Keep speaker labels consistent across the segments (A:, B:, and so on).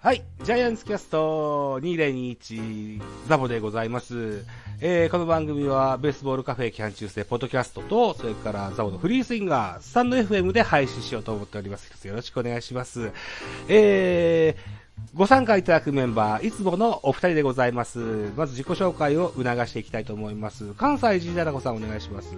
A: はい、ジャイアンツキャスト2021ザボでございます。えー、この番組はベースボールカフェ期間中制ポッドキャストと、それからザボのフリースインガー、スタンド FM で配信しようと思っております。一つよろしくお願いします。えー、ご参加いただくメンバー、いつものお二人でございます。まず自己紹介を促していきたいと思います。関西ジーダラコさんお願いします。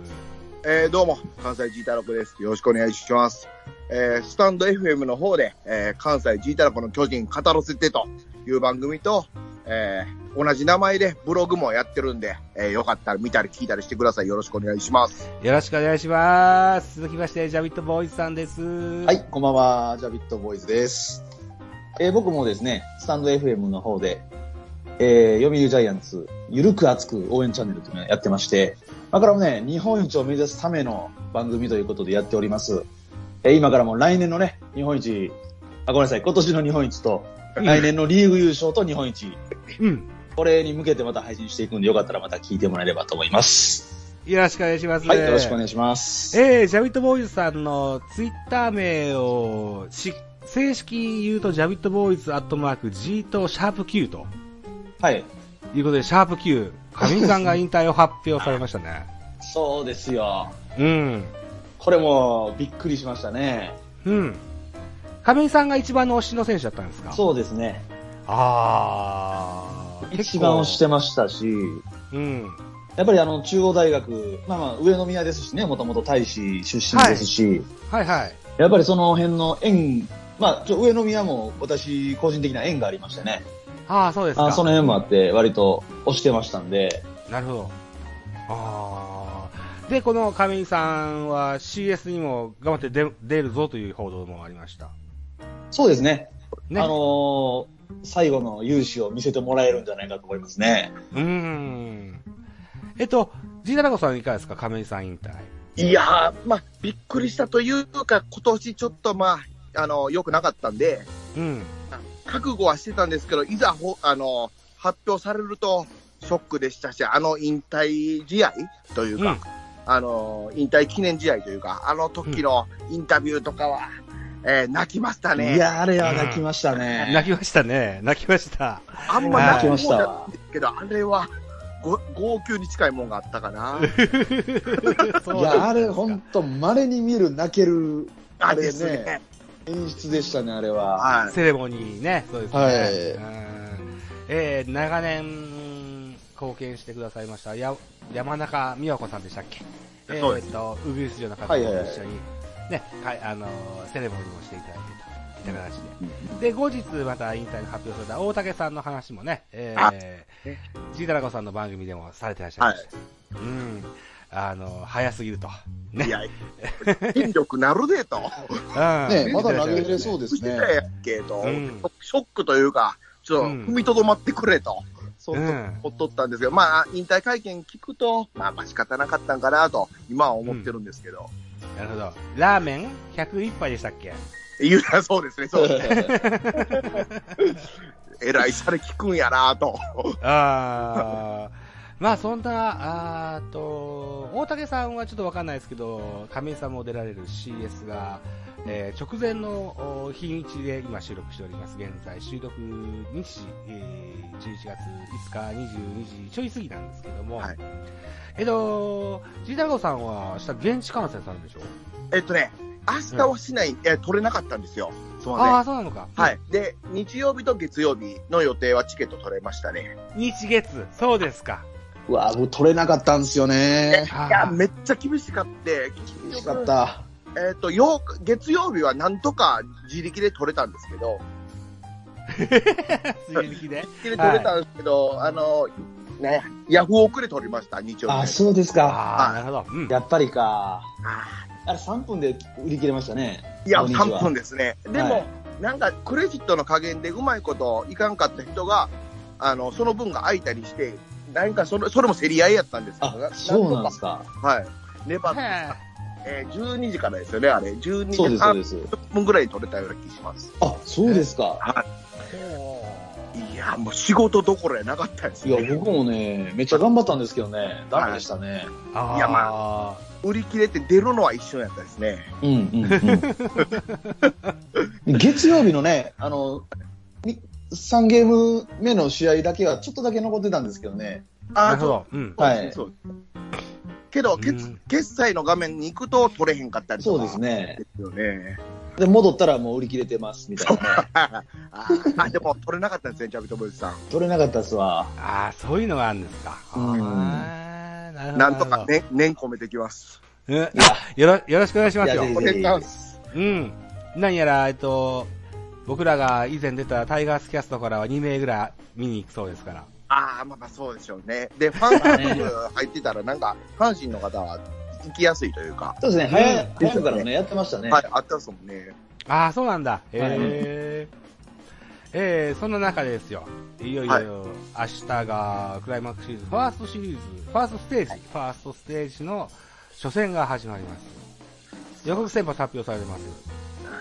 B: えー、どうも、関西ジータラコです。よろしくお願いします。えー、スタンド FM の方で、えー、関西ジータラコの巨人語らせてという番組と、えー、同じ名前でブログもやってるんで、えー、よかったら見たり聞いたりしてください。よろしくお願いします。
A: よろしくお願いします。続きまして、ジャビットボーイズさんです。は
C: はい、こんばんは、ジャビットボーイズです。えー僕もですね、スタンド FM の方で、えー、読売ジャイアンツ、ゆるく熱く応援チャンネルというのをやってまして、まあ、これもね、日本一を目指すための番組ということでやっております。えー今からもう来年のね、日本一、あ、ごめんなさい、今年の日本一と、来年のリーグ優勝と日本一、
A: うん。
C: これに向けてまた配信していくんで、よかったらまた聞いてもらえればと思います。
A: よろしくお願いします。
C: はい、よろしくお願いします。
A: えー、ジャビットボーイズさんのツイッター名をし、正式言うとジャビットボーイズアットマーク G とシャープ Q と
C: はい、
A: いうことで、シャープ Q、神井さんが引退を発表されましたね。
C: そうですよ。
A: うん。
C: これもびっくりしましたね。
A: うん。神井さんが一番の推しの選手だったんですかう。
C: そうですね。
A: あー。
C: 一番押して
A: も。
C: ましたし、
A: うん。
C: やっぱりあの、中央大学、まあまあ、上宮ですしね、もともと大使出身ですし、
A: はいはい。
C: やっぱりその辺の縁、まあ、ちょ上宮も私、個人的な縁がありましてね、
A: あー、そうですか。
C: あその辺もあって、割と押してましたんで、
A: なるほど。あー。で、この神井さんは CS にも頑張って出出るぞという報道もありました。
C: そうですね、
A: ね。
C: あのー最後の勇姿を見せてもらえるんじゃないかと思いますね。
A: うーん。えっと、ジーダラコさんいかがですか亀井さん引退。
B: いやー、まあ、びっくりしたというか、今年ちょっとまあ、あの、良くなかったんで、
A: うん。
B: 覚悟はしてたんですけど、いざほ、あの、発表されると、ショックでしたし、あの引退試合というか、
A: うん
B: あの、引退記念試合というか、あの時のインタビューとかは、えー泣きましたね。
C: いや、あれは泣きましたね。
A: 泣きましたね。泣きました。
B: あんま
A: はい
C: 泣
B: 泣
C: き
B: き
C: ま
B: ま
C: し
B: したた
C: わ。
B: けど、あれは、ご号泣に近いもんがあったかな。
C: いや、あれ、ほんと、稀に見る泣ける
B: あれですね。
C: 演出でしたね、あれは。
B: はい。
A: セレモニーね。そうですね。
C: はい
A: うんえー、長年、貢献してくださいました。や山中美和子さんでしたっけえ
B: そうです
A: ー、と、ウグイス嬢の方と
C: はい
A: 一
C: はいはい
A: 緒に、ね、はい、あのーセレモニーをしていただいてと。いった形で。で、後日また引退の発表された大竹さんの話もね、え
B: あ
A: ー、ジータラコさんの番組でもされてらっしゃいました。うん。あのー、早すぎると。ね。
B: いや、権力なるでと。
C: ね、まだ投げれそう
A: で
C: ですね
B: た。やっけと、
A: うん
B: ショックというか、ちょっと
A: うん
B: 踏みとどまってくれと、そう
A: うん
B: 思っとったんですけど、まあ、引退会見聞くと、まあ、まあ仕方なかったんかなと、今は思ってるんですけど、
A: なるほど。ラーメン101杯でしたっけ
B: 言うならそうですね、 そうね。えらいされ聞くんやなと。
A: ああ。まあそんな、あーと、大竹さんはちょっとわかんないですけど、亀井さんも出られる CS が、えー直前のお日にちで今収録しております。現在収録日時、えー11月5日22時ちょい過ぎなんですけども、
B: はい
A: えっと、ジータゴさんは明日現地観戦されるでしょ
B: えっとね、明日はしない、え、取れなかったんですよ。すみ
A: ああ
B: ま
A: ー、そうなのか。
B: せん。はい。で、日曜日と月曜日の予定はチケット取れましたね。
A: 日月、そうですか。
C: うわもう取れなかったんですよね。
A: あー
B: いや、めっちゃ厳しかって、
C: 惜しかった。
B: えっ、と、よう月曜日はなんとか自力で取れたんですけど、
A: 水引きで。
B: 自力で取れたんですけど、あの、ね、ヤフオクで取りました、日曜日。
C: あ、そうですか。
A: ああ、なるほど。うん。
C: やっぱりか。
B: あ
C: あれ3分で売り切れましたね。
B: ーいや、
C: こんにちは
B: 3分ですね。でも、
C: はい
B: なんかクレジットの加減でうまいこといかんかった人が、あの、その分が空いたりして、なんかそれ、それも競り合いやったんですけど
C: あ、そうなんです
B: か。
C: か。
B: はい。粘って、
A: へー
B: えー、12時からですよね、あれ。12時
C: そうです、そう
B: 30
C: です。
B: 分ぐらいに取れたような気します。
C: あ、そうですか。
B: いや、もう仕事どころやなかったです
C: い
B: ね。
C: や、僕もね、めっちゃ頑張ったんですけどね、ダメでしたね。
A: あー
B: いやま売り切れて出るのは一緒やったですね。
C: うん、うん、うん。月曜日のね、あの、み3ゲーム目の試合だけはちょっとだけ残ってたんですけどね。
A: な
B: あ
A: るほど。うん。
C: はい
B: そうけど、決
A: うん
B: 決済の画面に行くと取れへんかったりと
C: そう
B: か。
C: です。ね。
B: ですよね。
C: で、戻ったらもう売り切れてます、みたいな。
B: ああ、でも取れなかったですね、ジャビトボイスさん。
C: 取れなかったっすわ。
A: ああ、そういうのがあるんですか。
C: うん
A: ああ、なるほど。
B: なんとか
A: る
B: ね、年込めてきます。
A: ほど。うんあよろ、よろしくお願いしますよ
C: い。や
B: お願
C: ぜひ
B: いします。
A: うん。何やら、えっと、僕らが以前出たタイガースキャストからは2名ぐらい見に行くそうですから。
B: ああ、まあまあそうでしょうね。で、ファンが入ってたら、なんか、阪神の方は行きやすいというか、
C: そうですね。早い、早くから
B: です
C: ね、やってましたね。
B: はい、あったですもんね。
A: ああ、そうなんだ。へえ。えー、そんな中でですよ。いよいよ、
B: はい
A: 明日がクライマックスシリーズ、ファーストシリーズ、ファーストステージ、ファーストステージの初戦が始まります。予告先発発表されてます。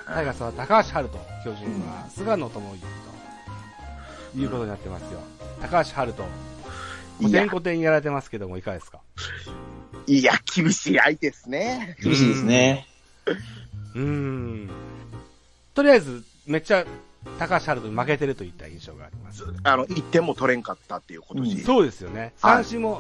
A: タイガースは高橋遥人、巨人は菅野智之と、いうことになってますよ。高橋遥人、古
B: いや
A: 典、古典やられてますけども、いかがですか
B: いや、厳しい相手ですね。
C: 厳しいですね。
A: うーん。とりあえず、めっちゃ高橋遥人に負けてるといった印象があります。
B: あの、1点も取れんかったっていう今年。
C: うん
A: そうですよね。
B: はい
A: 三振も、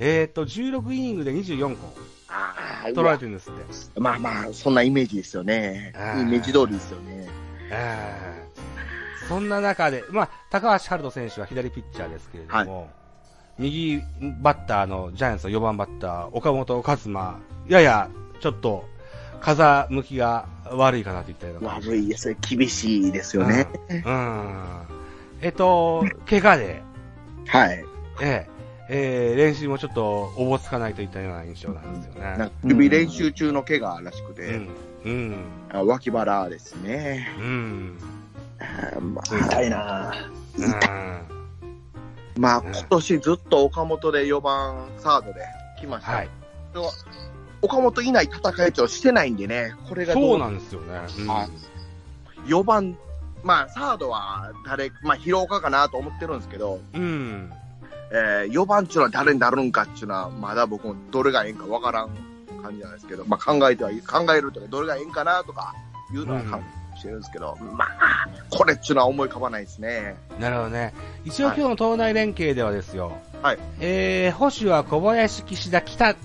A: えーっと、16イニングで24個
B: ああ、
A: 取られてるんですって。
B: まあまあ、そんなイメージですよね。
A: あー
B: イメージ通りですよね。
A: えーそんな中で、まあ、高橋遥人選手は左ピッチャーですけれども、右バッターのジャイアンツの4番バッター、岡本和真、ややちょっと風向きが悪いかなといったような感じ
B: 悪いですね。厳しいですよね。
A: うん。うんえっと、怪我で、
B: はい。
A: えええー練習もちょっとおぼつかないといったような印象なんですよ
B: なん
A: ね。
B: か指練習中の怪我らしく
A: う
B: て、
A: ん。うん。
B: あ脇腹ですね。
A: うん。
B: あーまあ
C: 痛いなぁ。
A: うん
B: まあ、
A: うん
B: 今年ずっと岡本で4番サードで来ました。
A: はい。
B: けど岡本以内戦いをしてないんでね、これが
A: そうなんんですよね。うん
B: はい4番、まあ、サードは誰、まあ、広岡かなと思ってるんですけど、
A: うん。
B: え4番っていうのは誰になるんかっていうのは、まだ僕もどれがええんかわからん感じなんですけど、まあ、考えてはいい、考えるとか、どれがええんかなとかいうのは考えしてるんですけど、まあ、これっていうのは思い浮かばないですね。
A: なるほどね。一応今日の党内連携ではですよ。
B: はい。
A: えー、保守は小林、岸田、北って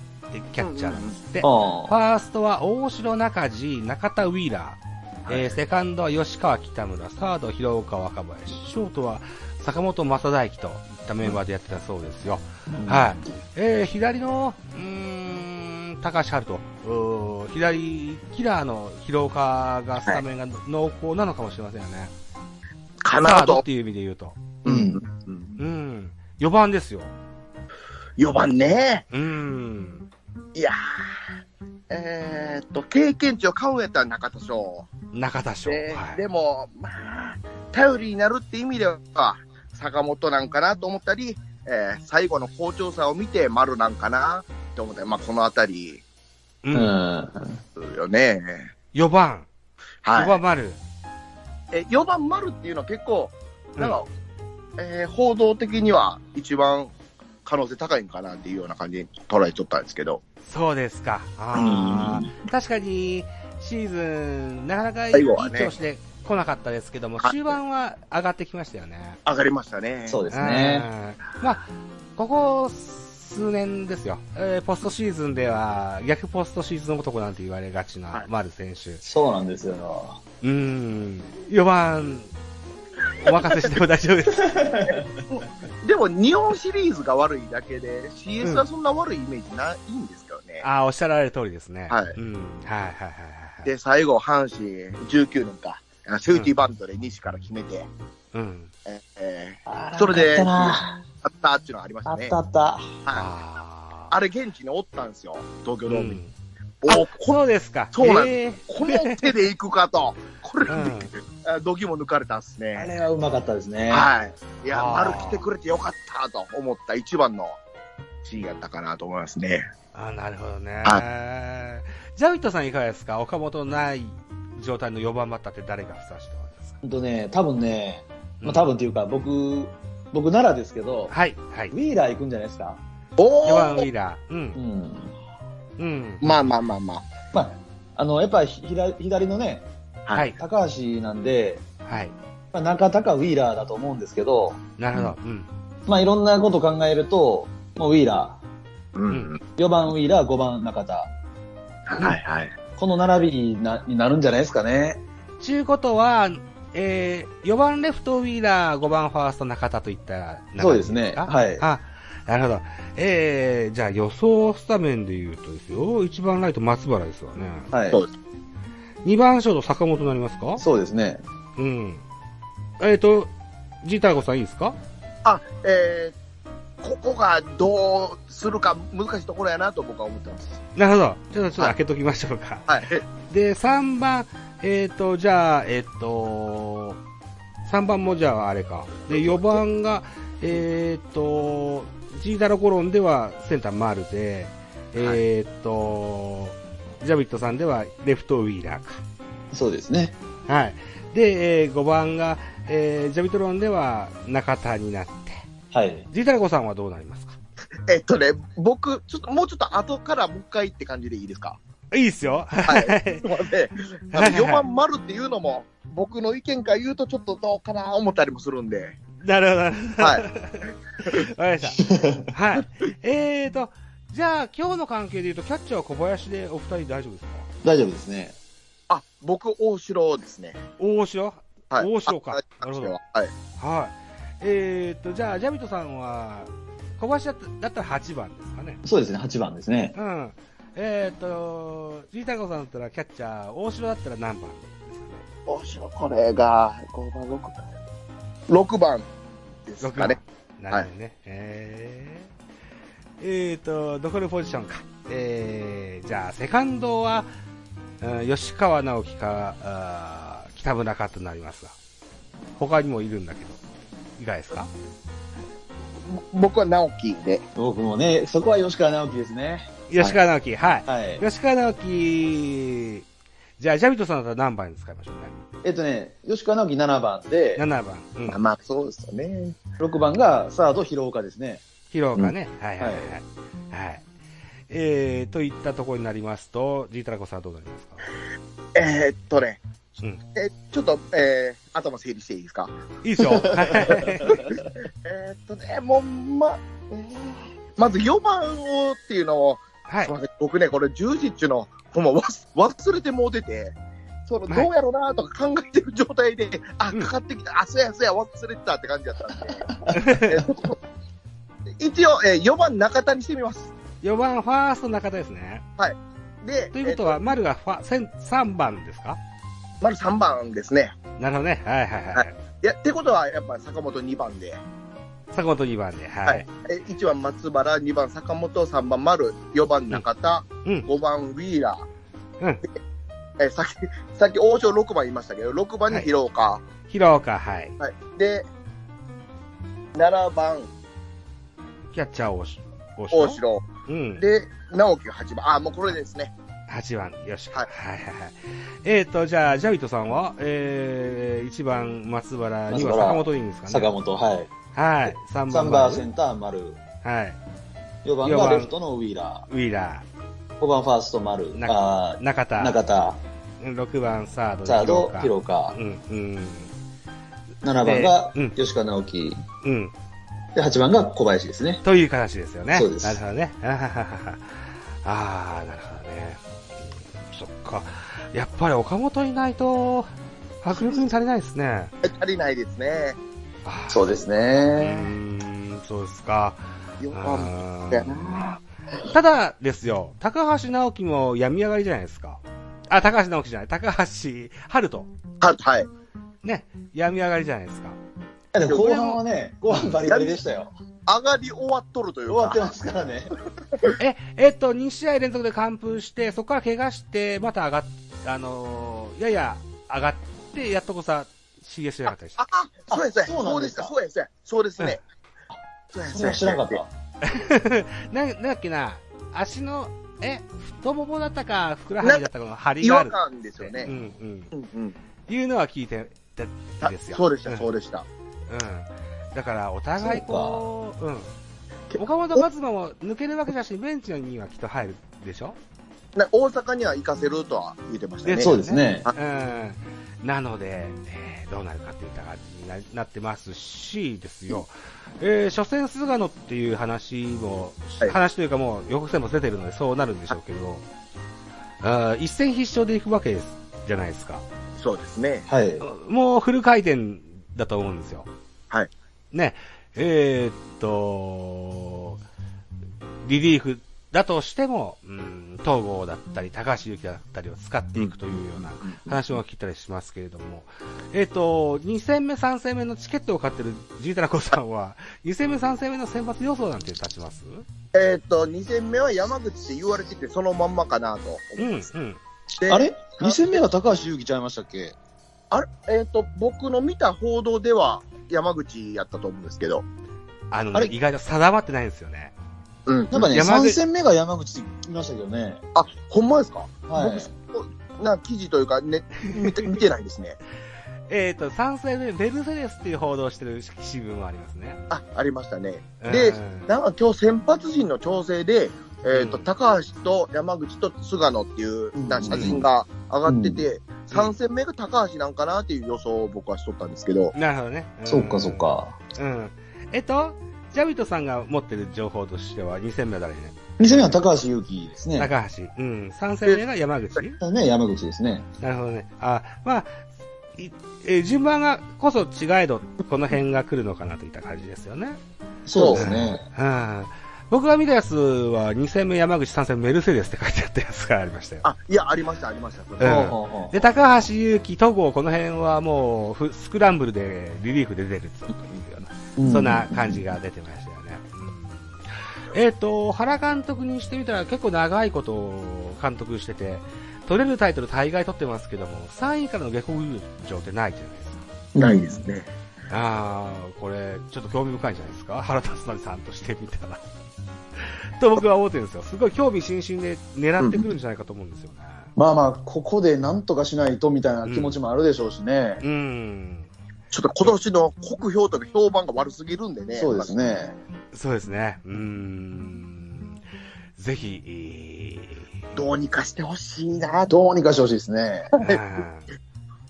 A: キャッチャーなんですって。フ
C: ああ。
A: ァーストは大城、中地、中田、ウィーラー。えー、セカンドは吉川、北村、サード、広岡、若林、ショートは坂本正大輝といったメンバーでやってたそうですよ。はい。えー、左の、うーん、高橋春人、うー左、キラーの広岡がスタメンが濃厚なのかもしれませんよね。
B: か
A: サ
B: な
A: ードっ
B: と。
A: ていう意味で言うと。
C: う
B: うんん。
A: うん。4番ですよ。
B: 4番ね。
A: うん。
B: いやー、えーっと、経験値を買うんやったら中田翔。
A: 中田翔。
B: で
A: はい
B: でも、まあ、頼りになるって意味では、坂本なんかなと思ったり、えー最後の好調さを見て、丸なんかなって思ったり、まあ、このあたり
A: う。
C: うんん。
B: よね。
A: 4番。4
B: は
A: 番丸。
B: い。え、4番丸っていうのは結構、
A: うん
B: なんか、えー報道的には一番可能性高いんかなっていうような感じに捉えとったんですけど。
A: そうですか。ああ。確かに、シーズン、なかなかいい
B: 最後はね
A: 調子で来なかったですけども、
B: はい
A: 終盤は上がってきましたよね。
B: 上がりましたね。
C: そう
A: で
C: ですね。。
A: まあ、ここ数年ですよ。えーポストシーズンでは、逆ポストシーズン男なんて言われがち
B: は
A: ない丸選手。
C: そうなんですよ。
A: うん。4番、お任せしても大丈夫です。
B: でも、日本シリーズが悪いだけで、CS はそんな悪いイメージないんですけどね。
A: ああ、おっしゃられる通りですね。
B: はい
A: うん。はいはいはいはい。
B: で、、最後、阪神19年か、あセーフティーバントで西から決めて、
A: うん。
B: ええ
C: あ
B: それで
C: あったな
B: ーあったっていうのがありまし
C: あ
B: た
C: っ
B: ね。
C: たあ
B: あ
C: った。
B: あ
A: あ
B: れ、現地におったんですよ、東京
A: ー
B: ド
A: う
B: ームに。
A: ん
B: お
A: あ
B: こ
A: そうですか。
B: そうなん
A: え
B: この手で行くかと、これ
A: うん
B: で、あ度肝抜かれたんです
C: あ
B: ね。
C: れはうまかったですね。
B: はい。いや、
A: あー
B: 丸来てくれてよかったと思った一番のシーンやったかなと思いますね。
A: ーあ、なるほどね。ジャビットさんいかがですか岡本ない状態の4番バッターって誰がふさわしいと思いますか
C: ほんとね、多分ね、まあ、
A: うん
C: 多分っていうか、僕、僕ならですけど、
A: はい、はい
C: ウ。ィーラー行くんじゃないですか。
A: 4番ウ
B: お
A: ィ
B: ー
A: ーラー。う。
C: うんん。
A: うん。
B: まあまあまあま
C: まあ、あの、やっぱりひ左左のね、
B: あ。
A: はい。
C: 高橋なんで、
A: はい。
C: ままあ、中田かウィーラーだと思うんですけど、
A: なるほど。うん。
C: まあ、いろんなこと考えると、もうウィーラ
B: うんん。
C: ー、4番ウィーラー、5番中田、
B: はいはい。
C: この並びになになるんじゃないですかね。
A: ちゅうことは、えー、4番レフトウィーラー、5番ファースト中田といった流れか
C: そうですねはい
A: あ、なるほど。えー、じゃあ予想スタメンで言うとですよ、1番ライト松原ですわね。
C: はい。
B: そう
A: 2番ショート坂本になりますか
C: そうですね。
A: うん。えっ、ー、と、ジータイゴさんいいですか
B: あ、えー、ここがどうするか難しいところやなと僕は思ってます。
A: なるほど。ちょっと、ちょっと開けときましょうか。
B: はい。
A: で、3番、えっ、ー、と、じゃあ、えっ、ー、と、3番もじゃああれか。で、4番が、えっ、ー、と、ジーダロコロンではセンター丸で、えっ、ー、と、ジャビットさんではレフトウィーラー
C: そうですね。
A: か。はい。で、えー、5番が、えー、ジャビットロンでは中田になって、
C: はい。
A: ジータロコさんはどうなりますか
B: えっとね、僕、ちょっともうちょっと後からもう一回って感じでいいですか
A: いいっすよ。
B: はい。すいません。あの
A: はいはい
B: 4番丸っていうのも、僕の意見から言うとちょっとどうかな思ったりもする んで。
A: なるほどなるほど。
B: はい。
A: わかりました。はい。えーと、じゃあ、今日の関係で言うと、キャッチャーは小林でお二人大丈夫ですか
C: 大丈夫ですね。
B: あ、僕、大城ですね。
A: 大城
B: はい。
A: 大城か
B: あ
A: なるほど。
B: はい。
A: はい。えーと、じゃあ、ジャビットさんは、小林だっただったら8番ですかね。
C: そうですね。8番ですね。
A: うん。えーと、ジータコさんだったらキャッチャー、大城だったら何番
B: 大城、これが、5番、6番。6番です
A: 6
B: か
A: 番
B: ね。。
A: なるほどね。えー、えーと、残るポジションか。えー、じゃあ、セカンドは、うん吉川直樹か、あー北村かとなりますが、他にもいるんだけど、いかがですか
B: 僕は直樹で。
C: 僕もね、そこは吉川直樹ですね。
A: 吉川直樹、はい。
C: はい。
A: 吉川直樹、じゃあ、ジャビットさんだったら何番に使いましょうね。
C: えっとね、吉川直樹7番で、
A: 7番。うん。
B: まあ、そうですよね。
C: 6番がサード広岡ですね。
A: 広岡ね、はいはいはい。はい。えー、といったところになりますと、ジータラコさんはどうなり ますか
B: えー、っとね、
A: うん
B: えちょっと、えー、頭整理していいですか。
A: いいですよ。はい
B: えー、っとね、もう、ま、えーまず4番をっていうのを、
A: は
B: す
A: い
B: み。ません、僕ね、これ10時っていうのを、もう忘忘れてもうてて、その
A: はい
B: どうやろうなとか考えてる状態で、あ、
A: うん
B: かかってきた、あ、そうやそうや、忘れてたって感じだったんで、 えーっと一応、えー、4番中田にしてみます。
A: 4番ファースト中田ですね。
B: で、
A: ということ
B: えー
A: は、丸がファ、せん3番ですか
B: まず3番ですね。
A: なるほどね。はいはいは。
B: はいいや、ってことは、やっぱ坂本2番で。
A: 坂本2番で、は
B: はいい。え1番松原、2番坂本、3番丸、4番中田、
A: うん
B: 5番ウィーラー、
A: うん
B: でえさっき、さっき王将6番言いましたけど、6番に広岡、は
A: 広岡、はい。
B: いで、7番
A: キャッチャー大城。大
B: 大。城、
A: うん。
B: で、直樹8番、あ、もうこれですね。
A: 8番、よし。は
B: はいい
A: はいはい。えっと、じゃあ、ジャビットさんは、えー、1番松原、2
C: 松
A: 番
C: 原
A: 坂本でいいんですかね。
C: 坂本、はい。
A: はい。3
C: 3
A: 番
C: 番
A: 丸。
C: センター丸。
A: はい。
C: 4番
A: 四
C: が
A: 番
C: レフトのウィーラ
A: ウィーラ
C: ー。5番ファースト丸。
A: 中
C: あ
A: ー、中
C: ー
A: 田。
C: 中田。
A: 6番サードで
C: サー
A: 広
C: ド
A: 岡。
C: 広岡。
A: うん、うん。
C: 7番が
A: でうん
C: 吉川直樹。
A: うん。
C: で、8番が小林ですね。
A: という形ですよね。
C: そうです
A: なるほどね。 あはははあー、なるほどね。そっか。やっぱり岡本いないと、迫力に足りないですね。
B: 足りないですね。
A: あー
C: そうですね。
A: うーん、そうですか。
B: 4番
A: あ
B: や
A: ー
B: な。
A: ただですよ、高橋直樹も病み上がりじゃないですか。あ、高橋直樹じゃない、高橋春人。
B: ははい。
A: ね、病み上がりじゃないですか。
C: いやでも後半はね、後半バリバリでしたよ。
B: 上がり終わっとるという
C: 終
B: か。
C: わってますからね。
A: え、えっと、2試合連続で完封して、そこから怪我して、また上がっ、あのーやや上がって、やっとこさ、CSJ 上がったりした。
B: あ、あそうですね。
C: あそうな
B: そ
C: ん
B: う
C: で
B: ですし
C: か
B: た。そうですね。そうですね。そうや
C: それは知らなかっ。た。
A: な、なんだっけな、足の、え、太ももだったか、ふくらはぎだったかの張り
B: 違
A: があ
B: 和
A: る。
B: 感ですよ
A: う
B: ね。
A: んうん。
B: うんうん。
A: いうのは聞いてた
B: あ
A: んですよ。
B: そうでした、
A: ん
B: そうでした。
A: うん。だから、お互いこう、うん。岡本和馬も抜けるわけだし、ベンチにはきっと入るでしょ
B: な大阪には行かせるとは言ってましたね。
A: ね
C: そうですね。
A: うん、なので、えーどうなるかといった感じにななってますし、ですよ、えー、所詮菅野っていう話も、
B: はい
A: 話というかもう予告戦も出てるので、そうなるんでしょうけど、あー一戦必勝でいくわけですじゃないですか、
B: そうですね。
C: はい。
A: もうフル回転だと思うんですよ。
B: はい。
A: ね、えーっと、リリーフだとしても、うん、東郷だったり、高橋由紀だったりを使っていくというような話も聞いたりしますけれども、えーっと、2戦目、3戦目のチケットを買ってるジータラコさんは、2戦目、3戦目の選抜予想なんて立ちます
B: えーっと、2戦目は山口って言われてて、そのまんまかなと
A: う
B: 思い
A: ん、う
B: ます。
A: ん。
B: で
C: あれ ?2 戦目が高橋優希ちゃいましたっけ
B: あれえーっと、僕の見た報道では山口やったと思うんですけど。
A: あのね、
C: あれ
A: 意外と定まってないんですよね。
B: うん
C: なんかね、
A: 山口
C: 3戦目が山口って言いましたけどね。
B: あ、ほんまですか
C: は
B: 僕
C: い
B: そ。な記事というか、ね、見て見てないですね。
A: えーっと、3戦目、ベルセデスっていう報道してる新聞もありますね。
B: あ、ありましたね。で
A: うん
B: なんか今日先発陣の調整で、えーと
A: うん
B: 高橋と山口と菅野っていうな
C: うん
B: 写真が上がってて、3戦目が高橋なんかなっていう予想を僕はしとったんですけど、
A: なるほどね。ん
C: そっかそっ。か。
A: うん。えっと、ジャビットさんが持ってる情報としては、2戦目は誰ね、
C: 2戦目は高橋優希ですね。
A: 高橋。うん。3戦目が山口
C: ね、山口ですね。
A: なるほどね。あ、まあ、いえー順番がこそ違えど、この辺が来るのかなといった感じですよね。
C: そうですね。
A: うん。僕が見たやつは、2戦目山口、3戦目メルセデスって書いてあったやつがありましたよ。
B: あ、いや、ありました、ありました。それ
A: うん
C: ほうほうほう
A: で、高橋祐希、戸郷、この辺はもうふ、スクランブルでリリーフで出るというような
C: う
A: そんな感じが出てましたよね。えっ、と、原監督にしてみたら結構長いこと監督してて、取れるタイトル大概取ってますけども、3位からの下克上ってないじゃないですか。
B: ないですね。
A: あー、これ、ちょっと興味深いんじゃないですか原辰徳さんとしてみたら。 と僕は思ってるんですよ。すごい興味津々で狙ってくるんじゃないかと思うんですよね。
C: まあまあ、ここでなんとかしないとみたいな気持ちもあるでしょうしね。
A: うん。
B: ちょっと今年の国評とか評判が悪すぎるんでね。
C: そうですね。
A: そうですね。うーん。ぜひ、えー
B: どうにかしてほしいなと。
C: どうにかしてほしいですね。
A: うん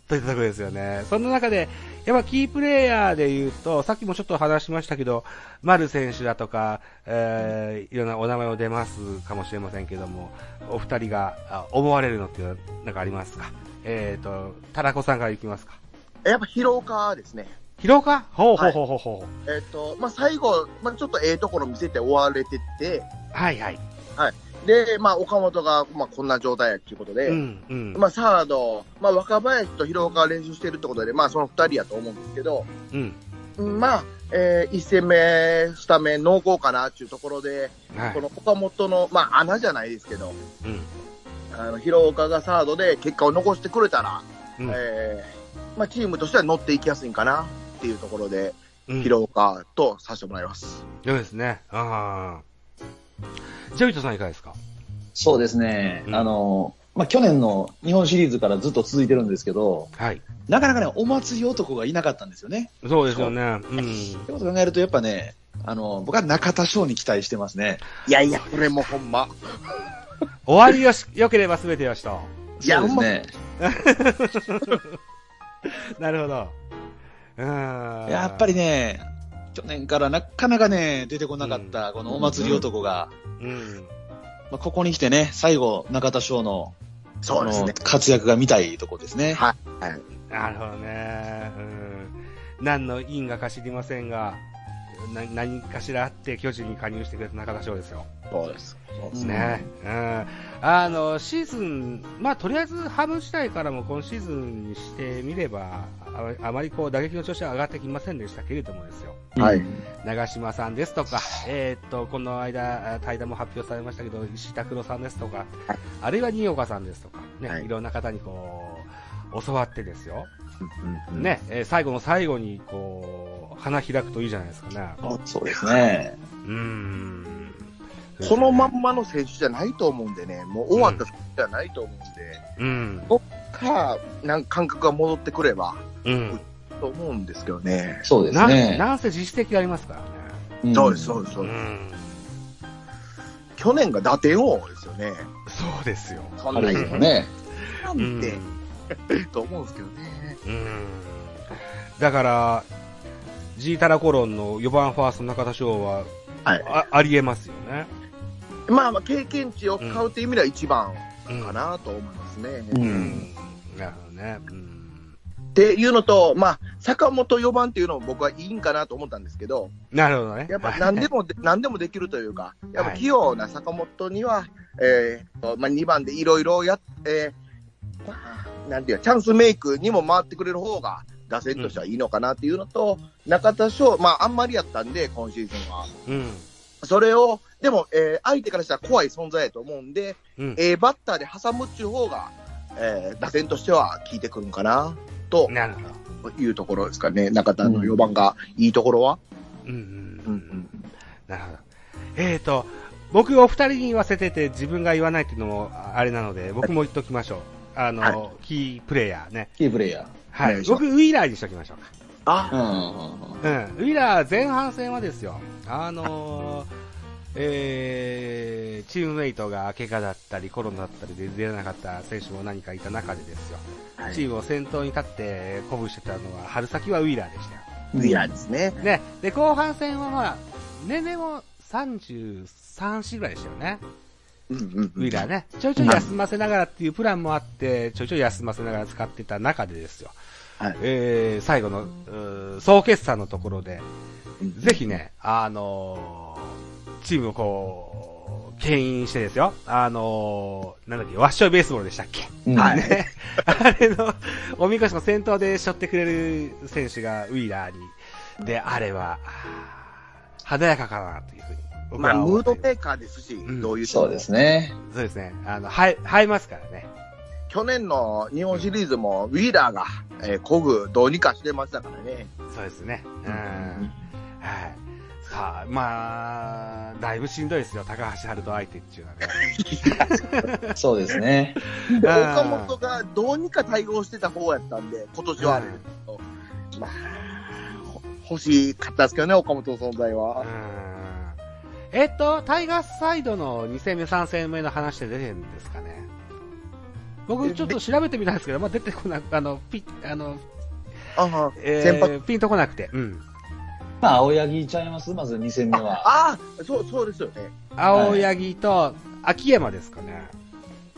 A: といったところですよね。その中で、やっぱキープレイヤーで言うと、さっきもちょっと話しましたけど、丸選手だとか、えーいろんなお名前を出ますかもしれませんけども、お二人があ思われるのっていうのはなんかありますかえっ、と、タラコさんからいきますか。
B: やっぱ疲労かですね。
A: 広岡ほうほうほうほうほう。
B: えっ、と、まあ、最後、まあ、ちょっとええところ見せて終われてて、
A: はいはい。
B: で、まあ、岡本が、まあ、こんな状態やっていうことで、
A: うん、うん。
B: まあ、サード、まあ、若林と広岡が練習してるってことで、まあ、その二人やと思うんですけど、
A: うん。
B: まあ、えー、1戦目、スタメン濃厚かなっていうところで、
A: はい
B: こ。の岡本の、まあ、穴じゃないですけど、
A: うん。
B: あの広岡がサードで結果を残してくれたら、
A: うん
B: えーまあ、チームとしては乗っていきやすいんかなっていうところで、
A: うん
B: 広岡とさせてもらいます。
A: そうですね。ああ。ジャビットさんいかがですか
C: そうですね。
A: うん
C: あの、まあ去年の日本シリーズからずっと続いてるんですけど、
A: はい。
C: なかなかね、お祭り男がいなかったんですよね。
A: そうですよね。うん。
C: ってことを考えると、やっぱね、あの、僕は中田翔に期待してますね。
B: いやいや、これもほんま。
A: 終わりよし、良ければ全てよしと。
B: いや
C: そうですね。
A: なるほど。うーん。
C: やっぱり、ね、去年からなかなかね、出てこなかった、このお祭り男が、
A: うん。
C: まあ、ここに来てね、最後、中田翔の、
B: そうですね
C: あの。活躍が見たいとこですね。
B: はい
A: なるほどね。うん。何の因果か知りませんが、な何かしらあって巨人に加入してくれた中田翔ですよ。
B: そうです。そうですね。
A: ね。うん。あの、シーズン、まあ、とりあえずハム自体からも今シーズンにしてみれば、ああまりこう打撃の調子は上がってきませんでしたけれどもですよ。
B: はい。
A: 長島さんですとか、えーっと、この間、あ対談も発表されましたけど、石田黒さんですとか、
B: はい
A: あるいは新岡さんですとか、ね、、
B: はいい
A: ろんな方にこう、教わってですよ。
B: うんうんうん
A: ね、えー最後の最後に、こう、花開くといいじゃないですかね。
C: そうですね。
A: うーん。
B: このまんまの選手じゃないと思うんでね、もう終わった選手じゃないと思うんで、
A: うん。
B: か、なんか感覚が戻ってくれば
A: うん。
B: と思うんですけどね。
C: そうです
A: な
C: ね。
A: なんせ自主的ありますからね。
C: ん
B: そうです、そうです、そううです。
A: ん。
B: 去年が打点王ですよね。
A: そうですよ。
B: そんな
C: 彼
B: に
C: 女もね。
B: なんて
A: う、ん
B: と思うんですけどね。
A: うんだから、ジータラコロンの4番ファースト中田翔は、
B: はい
A: あありえますよね。
B: まあまあ、経験値を買うという意味では一番
A: うん
B: かなと思いますね。
C: う。
A: うんん。なるほどね。うん
B: っていうのと、まあ、坂本4番っていうのも僕はいいんかなと思ったんですけど、
A: なるほどね。
B: やっぱ
A: はい
B: 何でもで、何でもできるというか、やっぱ
A: はい
B: 器用な坂本には、えーとまあ、2番でいろいろやって、まあなんていうかチャンスメイクにも回ってくれる方が、打線としてはいいのかなっていうのと、中田翔、まあ、あんまりやったんで、今シーズンは。
A: うん。
B: それを、でも、えー相手からしたら怖い存在やと思うんで、
A: うん
B: えーバッターで挟むっていう方が、えー打線としては効いてくるんかな、と
A: なるほど。
B: いうところですかね。中田の4番がいいところは。
A: うんうんう
B: うん
A: んなるほど。えーと、僕お二人に言わせてて自分が言わないっていうのもあれなので、僕も言っときましょう。あの、
B: は
A: キープレイヤーね。
C: キープレイヤ
A: は
B: お願
A: い。
B: いします
A: 僕、ウィーラーにしときましょうか。
B: あ
C: ー。うんうんうん。
A: うん、ウィラー前半戦はですよ、あのーえーチームメイトが怪我だったり、コロナだったりで出れなかった選手も何かいた中でですよ、
B: はい
A: チームを先頭に立って鼓舞してたのは、春先はウィラーでしたよ。
B: ウィラーですね。
A: ね、で、後半戦はまあ、年齢も33歳ぐらいでしたよね。
B: うんうん
A: ウィラーね、ちょいちょい休ませながらっていうプランもあって、ちょいちょい休ませながら使ってた中でですよ、
B: はい
A: えー最後のうー総決算のところで、
B: うん
A: ぜひね、あのーチームをこう、牽引してですよ、あのーなんだっけ、ワッショイベースボールでしたっけ、
C: うん
B: はい
A: ね、 あれの、おみこしの先頭で背負ってくれる選手がウィラーに、であれば、あー華やかかなというふうに僕
B: まあ、
A: は
B: ム
A: 思
B: ー
A: ってい
B: ド
A: る、
B: メーカーですし、
A: うん
B: どういう人も
C: そうですね。
A: そうですね、あの、はい、入りますからね。
B: 去年の日本シリーズも、ウィーラーが、えー、こぐ、どうにかしてましたからね。
A: そうですね。うん。はい。さあ、まあ、だいぶしんどいですよ、高橋春人相手っていうの
C: そうですね。
B: で
A: は
B: 岡
A: ね。
B: 本がどうにか対応してた方やったんで、今年はあれですけど、まあ、ほ欲しかったですけどね、岡本の存在
A: う
B: は。
A: ん。えっと、タイガースサイドの2戦目、3戦目の話で出てるんですかね。僕、ちょっと調べてみたんですけど、まあ、出てこなく、あの、ピあの、
B: ああ、
A: えー
B: 先発
A: ピンとこなくて。うん。
C: まあ、青柳ちゃいますまず2戦目は。
B: ああ、そう、そうですよね。
A: 青柳と秋山ですかね。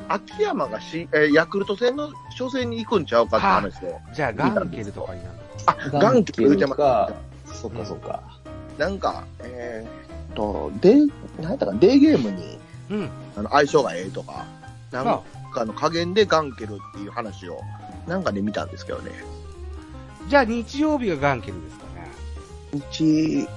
B: 秋山がし、えーヤクルト戦の初戦に行くんちゃうかって話で。
A: じゃあ、ガンケルとかになるのか
B: あ、ガンケル言うてま
C: か
B: す。。
C: そっかそっか。
B: なんか、えーっと、デー、なんやったかな、デーゲームに、
A: うん。
B: あの、相性がええとか、なん
A: まあ
B: か、の加減でガンケルっていう話を、なんかで見たんですけどね。
A: じゃあ、日曜日がガンケルですかね。
B: 日、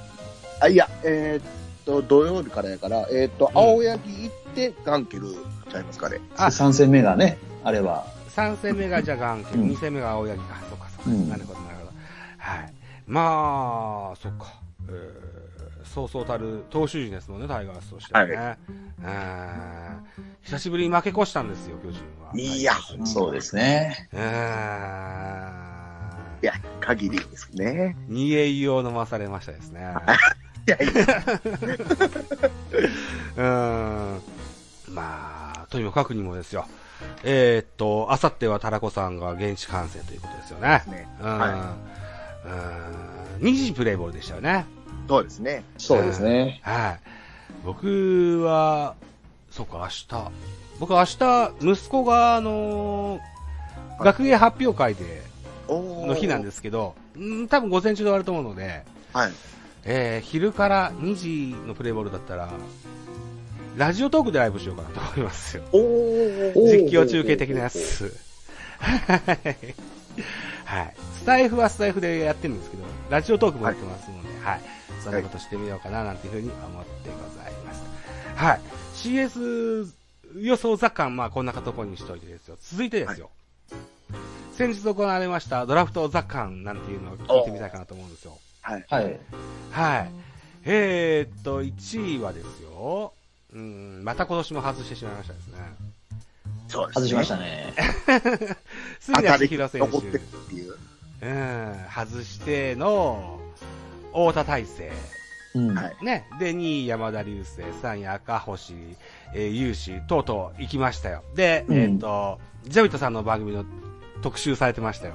B: あ、いや、えーっと、土曜日からやから、えーっと、
A: ん
B: 青柳行ってガンケルちゃいますかね。
A: あ
C: 3戦目がね、あれは。
A: 3戦目がじゃあガンケル、
C: うん
A: 2戦目が青柳か、そうかそうか、
C: うん
A: なるほど、なるほど。はい。まあ、そっか。えー、そうそうたる投手陣ですもんね、タイガースとしてはね。うん久しぶりに負け越したんですよ、巨人は。
B: いや
C: そうですね。
A: うーん。
B: いや、限りですね。
A: 逃げ湯を飲まされましたですね。
B: いや、いや
A: うーん。まあ、とにもかくにもですよ。えーっと、あさってはタラコさんが現地観戦ということですよね。
B: ね
A: うん。
B: は
A: うん。2時プレイボールでしたよね。
B: そうですね。
C: そうですね。
A: はい。僕は、そうか、明日。僕明日、息子が、あのー学芸発表会で、
B: お。
A: の日なんですすけど、うん、多分午前中で終わると思うので、
B: はい。
A: えー昼から2時のプレイボールだったら、ラジオトークでライブしようかなと思いますよ。
B: おー
C: おー
A: 実況中継的なやつ。はい はい。スタイフはスタイフでやってるんですけど、ラジオトークもやってますので、はい。そんなことしてみようかななんていうふうに思ってございます。はい。CS 予想雑感、まあこんなとこにしといてですよ。続いてですよ。先日行われましたドラフト雑感なんていうのを聞いてみたいかなと思うんですよ。
B: はい。
C: はい。
A: はい。えー、っと、1位はですよ。うん、また今年も外してしまいましたですね。
B: そうですね。
C: 外しましたね。
A: すぐに千尋選
B: 残って
A: 手
B: る。っていう。
A: うん、外しての、太田大成。
C: うん。
B: はい
A: ね。で、2位山田流星、3位赤星、えー、勇士、とうとう行きましたよ。で、
C: うん
A: えっ、と、ジャビットさんの番組の特集されてましたよ。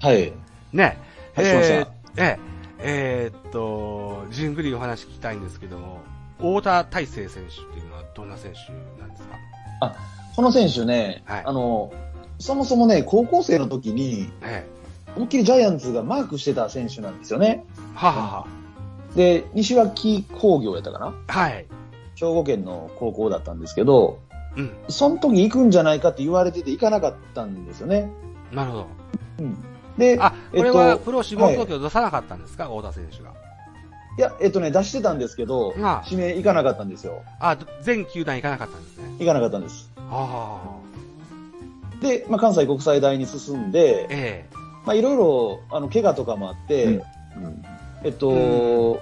C: はい。
A: ね。
C: はいしました
A: えーえーえーっと、じんぐりお話聞きたいんですけども、太田大成選手っていうのはどんな選手なんですか
C: この選手ね、
A: はい
C: あの、そもそもね、高校生の時に、
A: え
C: 思いっきりジャイアンツがマークしてた選手なんですよね。
A: えははは
C: で、西脇工業やったかな
A: はい。
C: 兵庫県の高校だったんですけど、
A: うん。
C: その時行くんじゃないかって言われてて行かなかったんですよね。
A: なるほど。
C: で、
A: あ、これは
C: えっと
A: プロ志望東京出さなかったんですか、太田選手が。
C: いや、えっとね、出してたんですけど、
A: あ
C: 指名行かなかったんですよ。
A: あ、全球団行かなかったんですね。
C: 行かなかったんです。
A: ああ、
C: で、まあ、関西国際大に進んで、
A: え
C: まあ、いろいろ、あの、怪我とかもあって、
B: うんうん
C: えっと、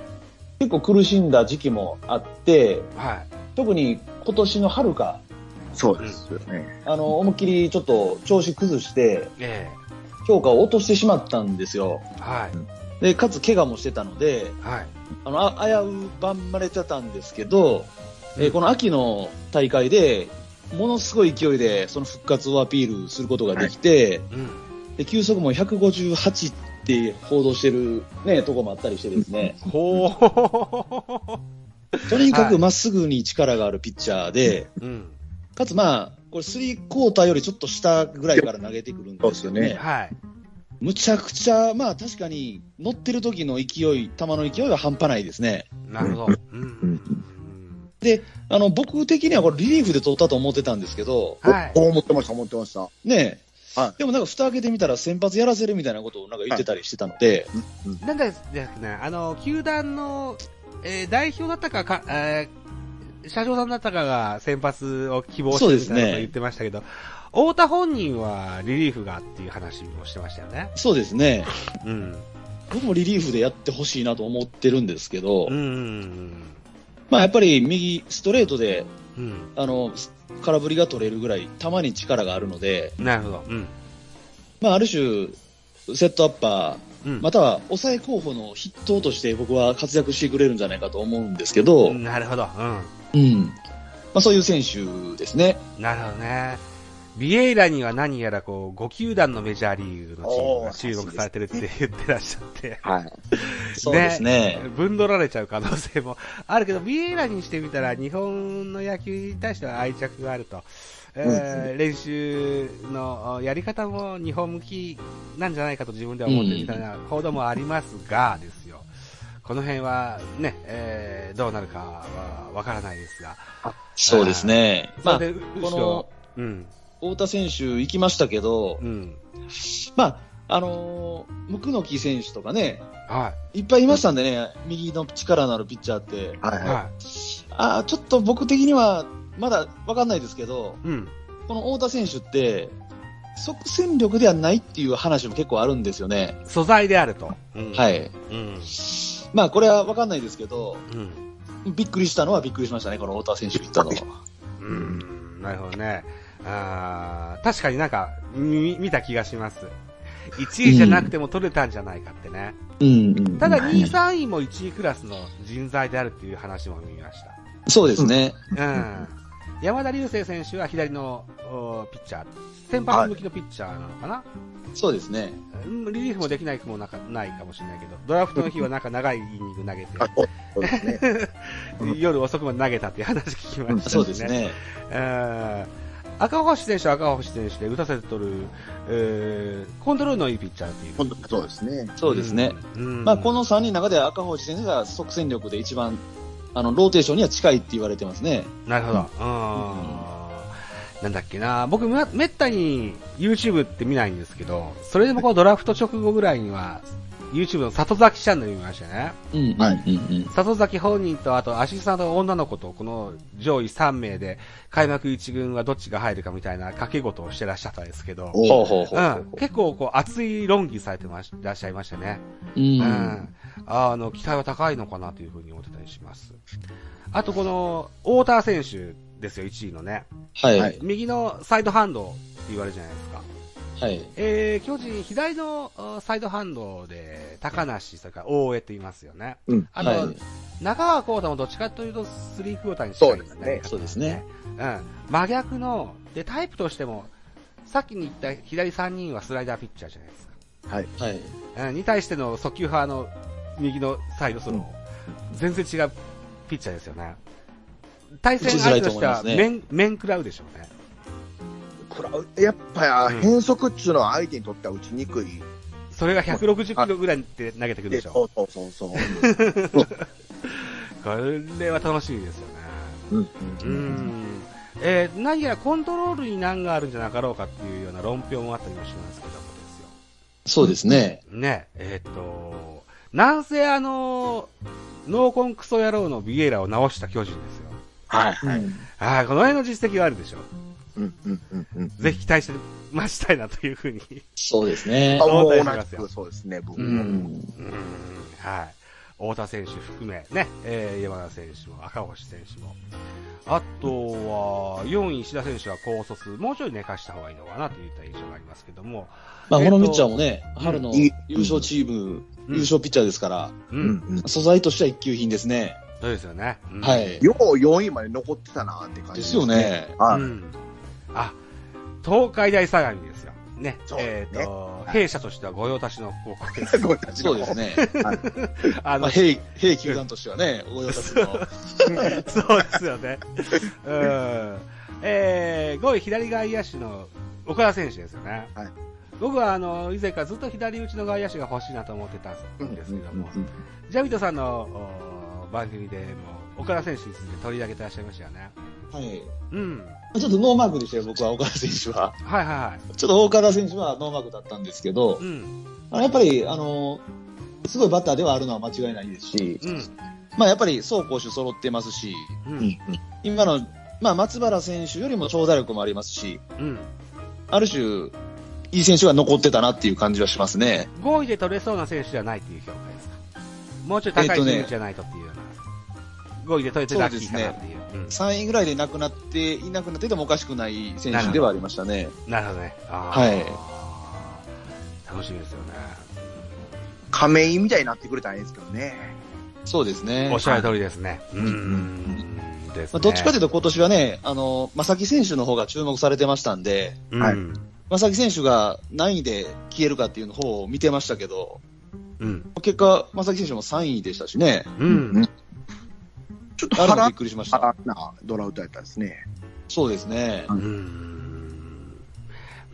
C: 結構苦しんだ時期もあって、
A: えはい。
C: 特に今年の春か、
B: そうですよね。
C: あの、思いっきりちょっと調子崩して、
A: え
C: 評価を落としてしまったんですよ
A: え。はい。
C: で、かつ怪我もしてたので、
A: はい。
C: あの、あ危うばんまれてたんですけど、えーこの秋の大会で、ものすごい勢いでその復活をアピールすることができて、
A: うん。
C: で球速も158って報道してる、ね、とこもあったりしてですね、
A: ほー。
C: とにか
A: は
C: くまっすぐに力があるピッチャーで、
A: うん。
C: かつまあ、これ3クォーターよりちょっと下ぐらいから投げてくるんです
B: そ
C: よ
B: うです
C: ね
B: よ。
A: はい。
C: むちゃくちゃ、まあ確かに乗ってる時の勢い、球の勢いは半端ないですね。
A: なるほど。うん。うん
C: あの、僕的にはこれリリーフで取ったと思ってたんですけど、
A: はい。
B: こう思ってました、思ってました。
C: ねえ、
B: はい
C: でもなんか蓋開けてみたら先発やらせるみたいなことをなんか言ってたりしてたので、
A: なんだじゃなくてね、あの、球団の、えー代表だったか、かえー社長さんだったかが先発を希望してみたいなこと言ってましたけど、太田本人はリリーフがっていう話もしてましたよね。
C: そうですね、
A: うん。
C: 僕もリリーフでやってほしいなと思ってるんですけど、
A: うん。
C: まあやっぱり右ストレートで、
A: うん。
C: あの、空振りが取れるぐらい球に力があるので、
A: なるほど。うん。
C: まあある種、セットアッパー、
A: うん。
C: または抑え候補の筆頭として僕は活躍してくれるんじゃないかと思うんですけど、うん。
A: なるほど。うん。
C: まあそういう選手ですね。
A: なるほどね。ビエイラには何やらこう、5球団のメジャーリーグのチームが注目されてるって言ってらっしゃって、
B: はい。
C: そうですね。
A: ぶんどられちゃう可能性も あるけど、ビエイラにしてみたら日本の野球に対しては愛着があると。えー練習のやり方も日本向きなんじゃないかと自分では思ってるみたいな報道もありますが、ですよ。この辺はね、えーどうなるかはわからないですが。
C: そうですね。まあ
A: それ、で
C: この、
A: うん、
C: 太田選手行きましたけど
A: う、ん、
C: まあ、あのー、ムクノキ選手とかね、
A: はい
C: っぱいいましたんでね、右の力のあるピッチャーって、
B: はい
A: い、
B: は
A: は
C: あーちょっと僕的にはまだわかんないですけど、
A: い、うん。
C: この太田選手って、即戦力ではないっていう話も結構あるんですよね。
A: 素材であると。うん
C: はい。
A: うん。
C: まあ、これはわかんないですけど、
A: うん。
C: びっくりしたのはびっくりしましたね、この太田選手行ったのは。
A: うん。なるほどね。あー確かになんか、み見た気がします。1位じゃなくても取れたんじゃないかってね。
C: うん、うん。
A: ただ2位、3位も1位クラスの人材であるっていう話も見まし
C: そうですね。
A: た。うん。山田流星選手は左のおピッチャー。先発向きのピッチャーなのかな、
C: そうですね。
A: うんリリーフもできないくもなかないかもしれないけど、ドラフトの日はなんか長いイニング投げて、
B: い。あ、そうそうですね。
A: 夜遅くまで投げたっていう話聞きましたし
C: そうです。ね。
A: えー赤星選手は赤星選手で打たせて取る、えーコントロールのいいピッチャーっていう。
B: 本当そうですね。
C: そうですね。
A: うん。うん
C: まあ、この3人の中で赤星先生が即戦力で一番、あの、ローテーションには近いって言われてますね。
A: なるほど。うん。なんだっけな、僕、めめったに YouTube って見ないんですけど、それでもこのドラフト直後ぐらいには、YouTube の里崎チャンネル見ましたね。
C: うん、
B: はい
C: うん、うん。
A: 里崎本人と、あと、アシスタントの女の子と、この上位3名で、開幕1軍はどっちが入るかみたいな掛け事をしてらっしゃったんですけど、
B: お
C: ほうほうほう
A: う
C: ほ
A: ん、結構こう熱い論議されてましらっしゃいましたね。
C: う。う。
A: うんん。あの、期待は高いのかなというふうに思ってたりします。あとこの、太田選手ですよ、1位のね。
C: はい。
B: はい
A: 右のサイドハンドって言われるじゃないですか。
C: はい。
A: えー、巨人、左のあサイドハンドで、高梨、それから大江と言いますよね。
B: うん。
A: あと、
C: はい
A: 中川幸太もどっちかというと、スリークォーターに近いんですね。
C: そうですね。
A: うん。真逆の、で、タイプとしても、さっきに言った左3人はスライダーピッチャーじゃないですか。
C: はい。
A: うん、に対しての速球派の右のサイドスロー、全然違うピッチャーですよね。対戦相手としては
C: 打ちづらいと思いますね
A: 面、面食らうでしょうね。
B: 食らうやっぱ
A: うん
B: 変則っちゅうのは相手にとっては打ちにくい。
A: それが160キロぐらいで投げてくるでし
B: そ
A: ょ。
B: うそうそう そう。
A: これは楽しみですよね。
B: うん。
A: うん。えー何やらコントロールに難があるんじゃなかろうかっていうような論評もあったりもしますけどもですよ。
C: そうですね。
A: ね、えーっと、なんせあの、ノーコンクソ野郎のビエイラを直した巨人ですよ。
B: はい
C: は
B: はいい。。
A: ああ、この辺の実績はあるでしょう。
B: うんうんうんうん。
A: ぜひ期待して待ちたいなというふうに。
C: そうですね
B: あ、。
A: 大
B: もう
A: 谷
B: 同
A: が
B: じくそうですね、僕
A: う
C: う
B: も。
C: ん。
A: うん、はい。太田選手含め、ね、えー山田選手も赤星選手も。あとは、4位石田選手は高卒、もうちょい寝かした方がいいのかなといった印象がありますけども。
C: まあ、
A: えっ
C: ことのみっちゃんもね、春の
B: いい
C: 優勝チーム、
A: うん
C: 優勝ピッチャーですから、
A: う、
B: うんんうん。
C: 素材としては一級品ですね。
A: そうですよね。うん
C: はい。
B: よう4位まで残ってたなって感じ。
C: ですよ。ね。
A: う
B: はい。
A: ん。あ、東海大相模ですよ。ね。
B: そう
A: え
B: です
A: っ、
B: ね
A: と、弊社としては御用達の高 校です。
B: ごめんなさい
C: そうで す。ね。
A: あ
C: まあ、兵、兵球団としてはね、ご用達の。
A: そうですよね。うん。えー、5位左外野手の岡田選手ですよね。
B: はい
A: 僕はあの、以前からずっと左打ちの外野手が欲しいなと思ってたんですけども、
B: うんうん
A: ジャビットさんのお番組でも岡田選手について取り上げてらっしゃいましたよね。
C: はい。
A: うん。
C: ちょっとノーマークでしたよ、僕は、岡田選手は。
A: はいは
C: ちょっと岡田選手はノーマークだったんですけど
A: いはい。う、ん。
C: あのやっぱり、あの、すごいバッターではあるのは間違いないですし、
A: うん。
C: まあやっぱり走攻守揃ってますし、
A: うん。
C: 今の、まあ松原選手よりも長打力もありますし、
A: うん。
C: ある種、いい選手が残ってたなっていう感じはしますね。
A: 5位で取れそうな選手じゃないっていう評価ですか。もうちょい高いチームじゃないとっていうような。5位で取れてラッキーかなっていう。うん
C: 3位ぐらいでなくなって、いなくなっててもおかしくない選手ではありましたね。
A: なるほどね。あい。楽しみですよね。
B: 亀井みたいになってくれたらいいんですけどね。
C: そうですね。
A: おっしゃる通りですね。うんん。です
C: ま
A: ね。
C: あ、どっちかというと今年はね、あの、正木選手の方が注目されてましたんで、
A: うん、
B: はい
C: 正木選手が何位で消えるかっていうの方を見てましたけど、
A: うん。
C: 結果、正木選手も3位でしたしね、
A: うん。
B: ちょっと
C: あれもびっ
B: 腹
C: くりしました。
B: 腹なドラフトやったですね。
C: そうですね。
A: うん。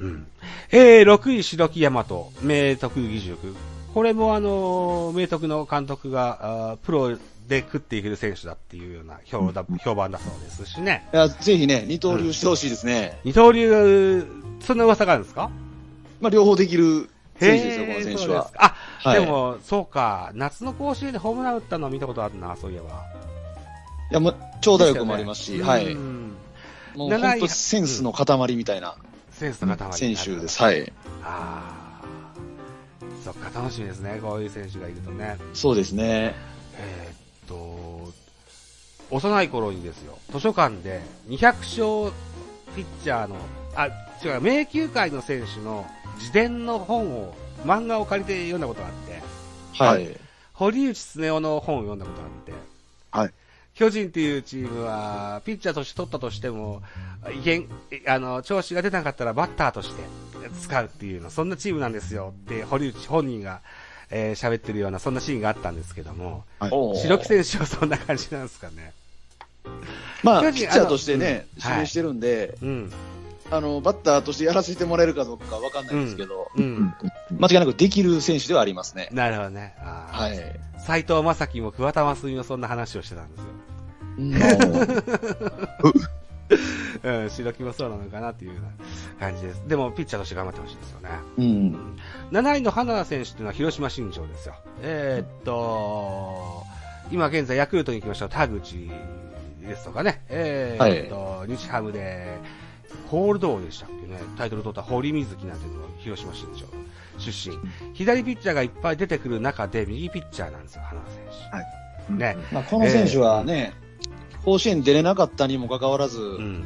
A: うん。えー、6位、白木大和、明徳義塾。これもあのー明徳の監督が、あープロで食っていける選手だっていうような評だ評判だそうですしね。
C: いやぜひね、二刀流してほしいですね。
A: 二刀流、そんな噂があるんですか
C: まあ、両方できる選手ですよ、
A: へ
C: こ
A: ー
C: の選手
A: そうで
C: は
A: す。かあ、
C: はい
A: でも、そうか、夏の甲子園でホームラン打ったのは見たことあるな、そういえば。
C: いや、もう、長打力もありますし、は
A: う
C: い。
A: ん
C: もう、本当センスの塊みたいな
A: センスの塊
C: 選手です。。はい。
A: ああ。そっか、楽しみですね、こういう選手がいるとね。
C: そうですね。
A: えーっと、幼い頃にですよ、図書館で200勝ピッチャーの、あ、違う、迷宮界の選手の自伝の本を、漫画を借りて読んだことがあって、
C: はい。
A: 堀内恒夫の本を読んだことがあって、
B: はい。
A: 巨人っていうチームは、ピッチャーとして取ったとしても、いけん、あの、調子が出なかったらバッターとして使うっていうの、そんなチームなんですよって、堀内本人が、えー喋ってるような、そんなシーンがあったんですけども、
C: おー
A: 白木選手はそんな感じなんですかね。
C: まあ、
A: 巨人
C: ピッチャーとしてね、
A: あのうん
C: 指名してるんで、
A: うん、
C: あの、バッターとしてやらせてもらえるかどうかわかんないですけど、
A: うん。
C: 間違いなくできる選手ではありますね。
A: なるほどね。あー
C: はい。
A: 斎藤正樹も桑田真澄もそんな話をしてたんですよ。うん、白木もそうなのかなっていうような感じです。でも、ピッチャーとして頑張ってほしいですよね。
C: うん。
A: 7位の花田選手っていうのは広島新庄ですよ。えーっと、今現在ヤクルトに行きました田口ですとかね、えーっと、日ハムで、ホールドーでしたっけね、タイトル取った堀水木なんていうのも広島新庄出身。左ピッチャーがいっぱい出てくる中で、右ピッチャーなんですよ、花田選手。ね。
C: まあ、この選手はね、甲子園出れなかったにもかかわらず、
A: うん。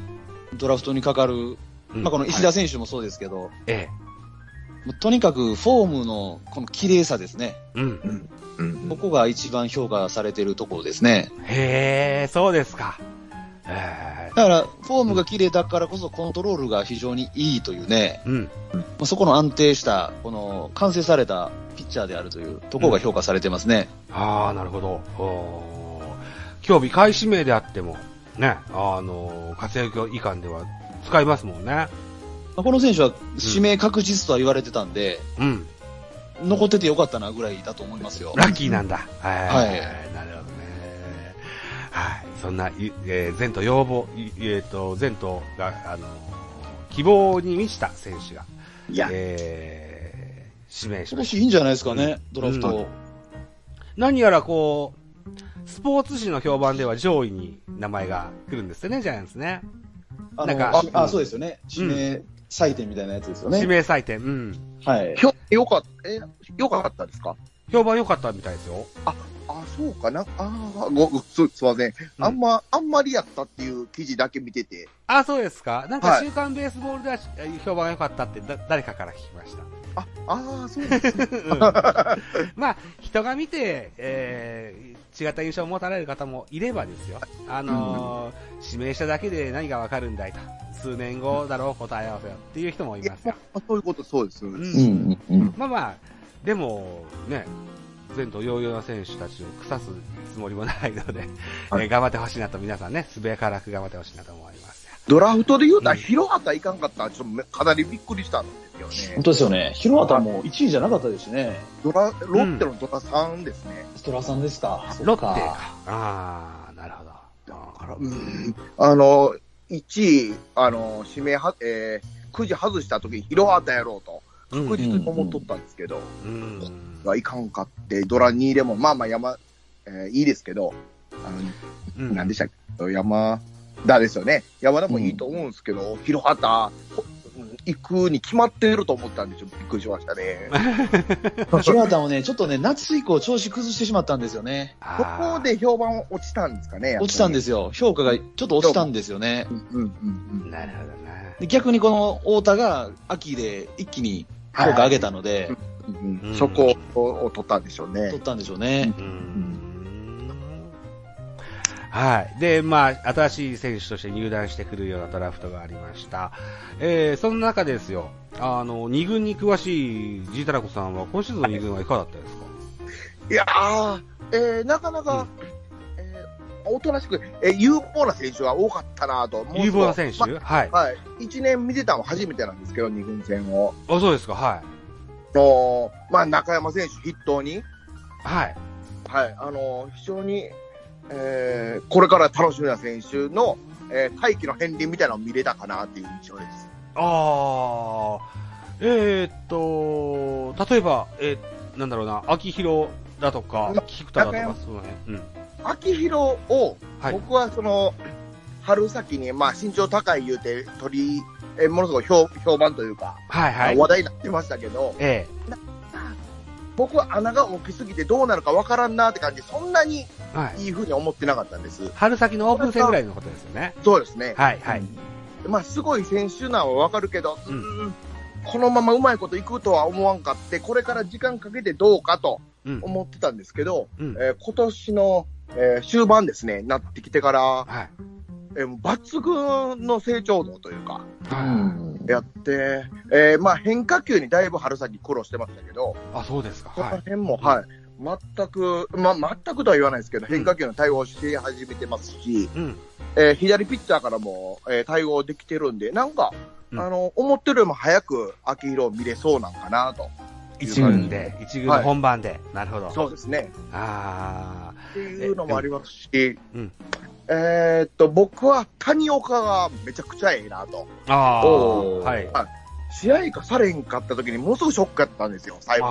C: ドラフトにかかる、
A: うん
C: まあ、この石田選手もそうですけど、
A: ええ。
C: もうとにかくフォームのこの綺麗さですね。
A: うん。
C: ここが一番評価されてるところですね。
A: へえ、そうですか。え
C: だから、フォームが綺麗だからこそコントロールが非常にいいというね、
A: ーうん。
C: まあそこの安定した、この完成されたピッチャーであるというところが評価されてますね。
A: ああ、なるほど。おー競技開始名であっても、ね、あのー、活躍以下では使いますもんね。
C: まあこの選手は指名確実とは言われてたんで、
A: うん。
C: 残っててよかったなぐらいだと思いますよ。
A: ラッキーなんだ。は。
C: はいい
A: なるほどね。はい。そんな、いえー善と要望、いえっ、と、善とが、あのー、希望に満ちた選手が、
B: いや、
A: えー、指名し
C: 今
A: ました
C: 年いいんじゃないですかね、ドラフ
A: う
C: ト。
A: 何やらこう、スポーツ紙の評判では上位に名前が来るんですよね、ジャイアンツね。
C: あ
A: なん
C: の
A: か
C: ああ、そうですよね。指名採点みたいなやつですよね。
A: 指名採点、うん。
C: はい。
B: ひょ、よかった、え、よかったですか
A: 評判良かったみたいですよ。
B: あ、そうかな。ああ、ご、す、すいません。あんま、あんまりやったっていう記事だけ見てて。
A: あ、そうですか。なんか
B: はい
A: 週刊ベースボールではえ評判が良かったってだ誰かから聞きました。
B: あ、ああ、そうです
A: うんまあ、人が見て、えー、違った印象を持たれる方もいればですよ。あのー指名しただけで何がわかるんだいと。数年後だろう、答え合わせよっていう人もいますよ。
B: あそういうこと、そうです。そうです
A: うん
C: うん、うん、うん。
A: まあまあ、でも、ね、前途洋々な選手たちを腐すつもりもないので、
B: はい
A: えー頑張ってほしいなと皆さんね、すべからく頑張ってほしいなと思いますよ。
B: ドラフトで言うたら、広畑いかんかったら、ちょっとめかなりびっくりしたんですよ
C: 本
B: ね。
C: 当ですよね。広畑も1位じゃなかったですしね。
B: ドラ、ロッテのドラさんですね。
C: ストラさんですか。
A: ロッテか。。ああ、なるほど。あ
B: うんあの、1位、あの、指名は、えー、くじ外した時に広畑やろうと、
A: うん
B: 確実に思っとったんですけど、
A: うん。
B: がいかんかって、ドラ2でも、まあまあ山、えーいいですけど、あの、
A: うん
B: 何でしたっけ、山田ですよね。山田もいいと思うんですけど、広畑、ほうん行くに決まってると思ったんで、ちょっとびっくりしましたね。
C: 広畑もね、ちょっとね、夏以降調子崩してしまったんですよね。
B: ここで評判落ちたんですかね。。
C: 落ちたんですすよ。評価がちょっと落ちたんですよね
B: う。んうんうんうん。
A: なるほどね。
C: で逆にこの太田が秋で一気に評価上げたので、
B: うん
A: う
B: うんんそこを取ったんでしょうね。
C: 取ったんでしょうね。
A: うーんはい。で、まあ、新しい選手として入団してくるようなドラフトがありました。えー、その中ですよ、あの、二軍に詳しいジータラコさんは、今シーズンの二軍はいかがだったですか
B: いやー、えーなかなか、えーおとなしく、えー有望な選手が多かったなと。もう
A: 有望な選手、
B: ま
A: はい。
B: はい。1年見てたのは初めてなんですけど、二軍戦を。
A: あ、そうですか、は
B: のまあ、中山選手筆頭に、
A: い。はい。
B: はい、あの非常に、えーこれから楽しみな選手の、えー、大気の片鱗みたいなのを見れたかなっていう印象です。
A: あー、えー、っと、例えば、えーなんだろうな、秋広だとか、菊田だとか、そうね。うん。
B: 秋広を、
A: はい
B: 僕はその、春先に、まあ、身長高い言うて、取り、えーものすごい評評判というか、
A: はいはい。
B: 話題になってましたけど、
A: え
B: 僕は穴が大きすぎてどうなるかわからんなって感じで、そんなに
A: えはい。
B: いいふうに思ってなかったんです。
A: 春先のオープン戦ぐらいのことですよね。
B: そうですね。
A: はい、はい。
B: まあ、すごい選手なのはわかるけど、
A: う
B: うんん、このままうまいこといくとは思わんかって、これから時間かけてどうかと
A: うん。
B: 思ってたんですけど、
A: うん。
B: えー今年の、えー終盤ですね、なってきてから、
A: はい。
B: えー抜群の成長度というか、
C: うん
B: やって、えーまあ、変化球にだいぶ春先苦労してましたけど、
A: あ、そうですか。
B: その
A: はい。
B: 辺も、はい、全く、まあ、全くとは言わないですけど、変化球の対応して始めてますし、
A: うん。
B: えー左ピッチャーからも、えー対応できてるんで、なんか、
A: うん
B: あの、思ってるよりも早く秋広を見れそうなんかなと。
A: 一軍で、一軍の本番で。なるほど。
B: そうですね。
A: ああ。
B: っていうのもありますし、
A: うん
B: えーっと、僕は谷岡がめちゃくちゃええなと。
A: ああ。
C: おー
A: はい。あ
B: あ試合化されんかった時にものすごいショックやったんですよ、最後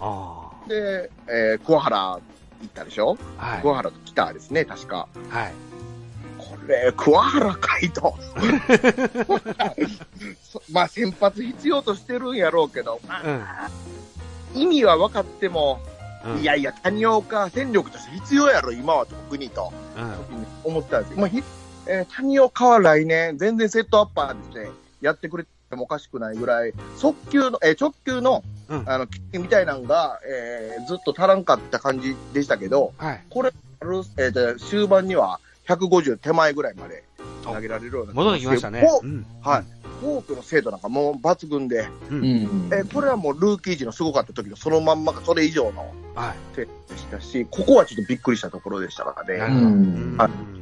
A: あ。あ
B: で、えー桑原行ったでしょ
A: あ。はい。
B: 桑原と来たですね、確か。
A: はい。
B: これ、桑原か いと。 そまあ、先発必要としてるんやろうけど、まあ意味は分かっても、
A: うん。うん
B: い。やいや、谷岡戦力として必要やろ、今は特にと
A: うん。
B: 思ったんですよ。まあひえー谷岡は来年、全然セットアッパーですね、やってくれてもおかしくないぐらい、速球の、えー直球の、
A: うん
B: あの、キックみたいなのが、えーずっと足らんかった感じでしたけど、
A: はい。
B: これ、あるえーと終盤には150手前ぐらいまで投げられるようにな
A: 戻ってきましたね。
B: フォー
A: うん。
B: はい。フォークの精度なんかもう抜群で、
A: うん
C: うん
B: えーこれはもうルーキー時のすごかった時のそのまんまか、それ以上の
A: はい。
B: 精度でしたし、ここはちょっとびっくりしたところでしたからね。
A: なるほど。
C: うん
A: うん
B: はい